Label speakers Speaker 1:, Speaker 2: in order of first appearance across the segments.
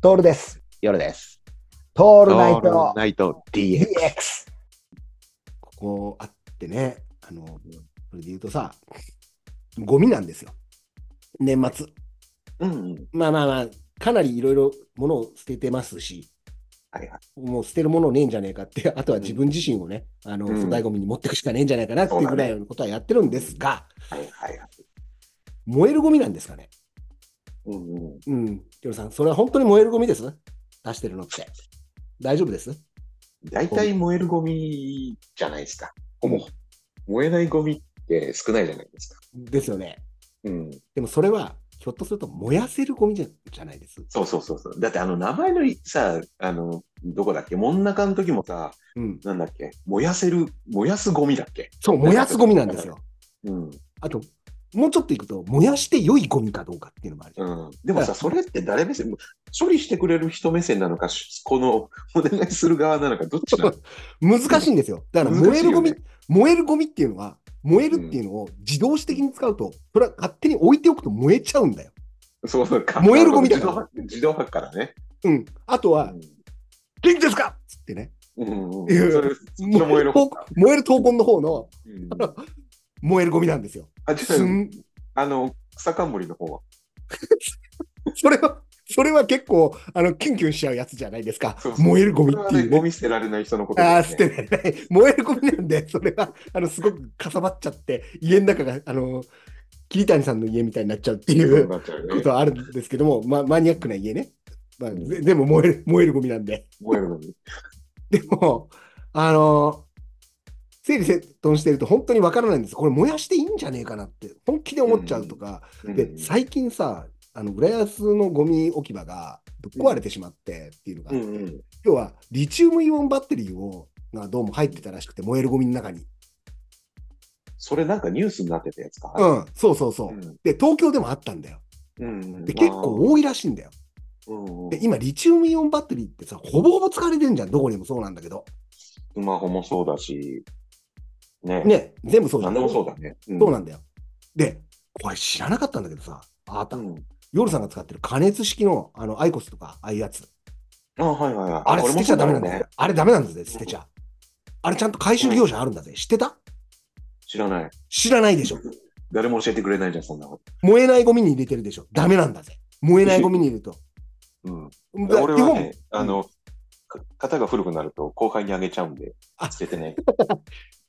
Speaker 1: トールです。
Speaker 2: 夜です。
Speaker 1: ト
Speaker 2: オ
Speaker 1: ールナイト
Speaker 2: ナイト DX。
Speaker 1: DX。
Speaker 3: ここあってね、あの、それで言うとさ、ゴミなんですよ。年末。
Speaker 2: うんうん。
Speaker 3: まあまあまあ、かなりいろいろ物を捨ててますし、
Speaker 2: はいはい。
Speaker 3: もう捨てるものねえんじゃねえかって、 あとは自分自身をね、あの、
Speaker 2: うん
Speaker 3: 粗大ゴミに持っていくしかねえんじゃないかなっていうぐらいのことはやってるんですが、
Speaker 2: はいはいはい。
Speaker 3: 燃えるゴミなんですかね。
Speaker 2: うんうん。
Speaker 3: うん。ヒロさん、それは本当に燃えるゴミです出してるのって。大丈夫です
Speaker 2: 大体燃えるゴミじゃないですか。ほぼ。燃えないゴミって少ないじゃないですか。
Speaker 3: ですよね。
Speaker 2: うん。
Speaker 3: でもそれは、ひょっとすると燃やせるゴミじゃじゃないです。
Speaker 2: そうそうそうそう。だってあの名前のいさ、あの、どこだっけ真ん中の時もさ、
Speaker 3: うん。
Speaker 2: なんだっけ燃やせる、燃やすゴミだっけ
Speaker 3: そう、燃やすゴミなんですよ。
Speaker 2: うん。
Speaker 3: あと、もうちょっといくと、燃やして良いゴミかどうかっていうのもあるじゃん。
Speaker 2: うん。でもさ、それって誰目線処理してくれる人目線なのか、しこの、お願いする側なのか、どっちな の
Speaker 3: 難しいんですよ。だから
Speaker 2: 難しいよね
Speaker 3: 燃えるゴミ、燃えるゴミっていうのは、燃えるっていうのを自動詞的に使うと、それは勝手に置いておくと燃えちゃうんだよ。
Speaker 2: そうそうか
Speaker 3: 燃えるゴミだから
Speaker 2: 自動自動発からね。
Speaker 3: うん。あとは、元気ですかっつってね。
Speaker 2: うんうんうん。
Speaker 3: いや
Speaker 2: それそっちの燃える方
Speaker 3: 投
Speaker 2: か。
Speaker 3: 燃える闘魂の方の
Speaker 2: うん
Speaker 3: 燃えるゴミなんですよ。
Speaker 2: あ、じゃ
Speaker 3: すん、
Speaker 2: あ、あの、草冠の方は。
Speaker 3: それは、それは結構、あの、キュンキュンしちゃうやつじゃないですか
Speaker 2: そう。そう
Speaker 3: 燃えるゴミ
Speaker 2: それ
Speaker 3: っ
Speaker 2: は
Speaker 3: てい
Speaker 2: ね
Speaker 3: う
Speaker 2: ゴ
Speaker 3: ね。
Speaker 2: ミ捨てられない人のこと
Speaker 3: ああ、
Speaker 2: す
Speaker 3: 捨
Speaker 2: ね
Speaker 3: てられない。燃えるゴミなんで、それは、あの、すごくかさばっちゃって、家の中が、あの、桐谷さんの家みたいになっちゃうってい
Speaker 2: そう
Speaker 3: う
Speaker 2: なっちゃうよ
Speaker 3: こ
Speaker 2: ね
Speaker 3: とはあるんですけども、まあ、マニアックな家ね。まあ、ぜ全部燃える、燃えるゴミなんで。
Speaker 2: 燃えるゴミ。
Speaker 3: でも、あのー整理整頓してると本当にわからないんです。これ燃やしていいんじゃねえかなって、本気で思っちゃうとか。
Speaker 2: うん
Speaker 3: で、最近さ、あの、浦安のゴミ置き場がぶっ壊れてしまってっていうのがあ
Speaker 2: う
Speaker 3: っ
Speaker 2: ん
Speaker 3: て、
Speaker 2: うん。
Speaker 3: 要はリチウムイオンバッテリーを、がどうも入ってたらしくて、燃えるゴミの中に。
Speaker 2: それなんかニュースになってたやつか。
Speaker 3: うん、そうそうそう。
Speaker 2: うん。
Speaker 3: で、東京でもあったんだよ。
Speaker 2: うん。
Speaker 3: で、結構多いらしいんだよ。
Speaker 2: まあ。うん
Speaker 3: で今、リチウムイオンバッテリーってさ、ほぼほぼ使われてんじゃん、どこにもそうなんだけど。
Speaker 2: スマホもそうだし、ね。
Speaker 3: ね、全部そうじゃ
Speaker 2: 何
Speaker 3: ん。
Speaker 2: でもそうだね。そ
Speaker 3: そうなんだよ。で、これ知らなかったんだけどさ、あなた、
Speaker 2: うん。
Speaker 3: ヨルさんが使ってる加熱式のあのアイコスとか、ああいうやつ、
Speaker 2: あ、はいはいはい。
Speaker 3: あれ捨てちゃダメなんだ
Speaker 2: 俺もそう
Speaker 3: よ。あれダメなんだぜ、捨てちゃ。あれちゃんと回収業者あるんだぜ。知ってた
Speaker 2: 知らない。
Speaker 3: 知らないでしょ。
Speaker 2: 誰も教えてくれないじゃん、そんなこ
Speaker 3: 燃えないゴミに入れてるでしょ。ダメなんだぜ。燃えないゴミに入れると。
Speaker 2: と。う ん。
Speaker 3: だから
Speaker 2: 俺
Speaker 3: 基
Speaker 2: は
Speaker 3: 本
Speaker 2: ね、あの、か型が古くなると後輩にあげちゃうんで、
Speaker 3: あ
Speaker 2: 捨ててね。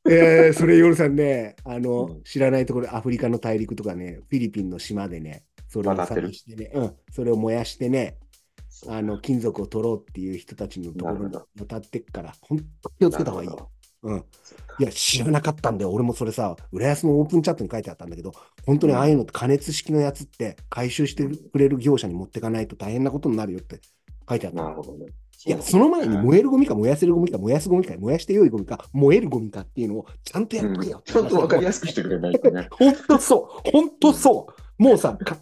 Speaker 3: えーそれ、ヨルさんね、あの、
Speaker 2: うん
Speaker 3: 知らないところ、アフリカの大陸とかね、フィリピンの島でね、それを
Speaker 2: まだやってる
Speaker 3: 探してね、うん、それを燃やしてね、
Speaker 2: そう
Speaker 3: あの、金属を取ろうっていう人たちのところ
Speaker 2: なる
Speaker 3: に渡ってっから、本当気をつけた方がいい
Speaker 2: なる
Speaker 3: よ。
Speaker 2: ほ
Speaker 3: うん。い
Speaker 2: ど
Speaker 3: や、知らなかったんだよ。俺もそれさ、浦安のオープンチャットに書いてあったんだけど、本当にああいうのって加熱式のやつって、回収してくれる業者に持ってかないと大変なことになるよって書いてあった
Speaker 2: な。るほどね。
Speaker 3: いや、その前に
Speaker 2: はい
Speaker 3: 燃えるゴミか燃やせるゴミか燃やすゴミか燃やして良いゴミか燃えるゴミかっていうのをちゃんとやっ
Speaker 2: うん
Speaker 3: とけ
Speaker 2: ち
Speaker 3: よって
Speaker 2: ゃ
Speaker 3: 話
Speaker 2: ん
Speaker 3: だ
Speaker 2: と分かりやすくしてくれないとね。
Speaker 3: ほんとそう、ほんとそう。もうさ、か買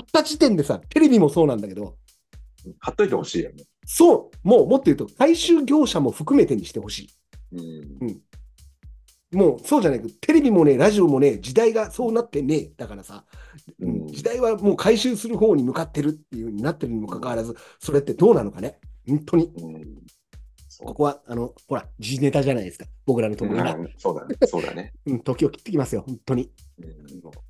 Speaker 3: った時点でさ、テレビもそうなんだけど、
Speaker 2: 貼っといてほしいよね。
Speaker 3: そう、もうもっと言うと、回収業者も含めてにしてほし
Speaker 2: うん
Speaker 3: い。もうそうじゃないけど、テレビもね、ラジオもね、時代がそうなってねえ、だからさ、
Speaker 2: うん
Speaker 3: 時代はもう回収する方に向かってるっていう風になってるにもかかわらず、それってどうなのかね、本当に。
Speaker 2: うんそう
Speaker 3: ここは、あの、ほら、時事ネタじゃないですか、僕らのところが。
Speaker 2: うんそうだね。そうだね。
Speaker 3: うん、時を切ってきますよ、本当に。
Speaker 2: うん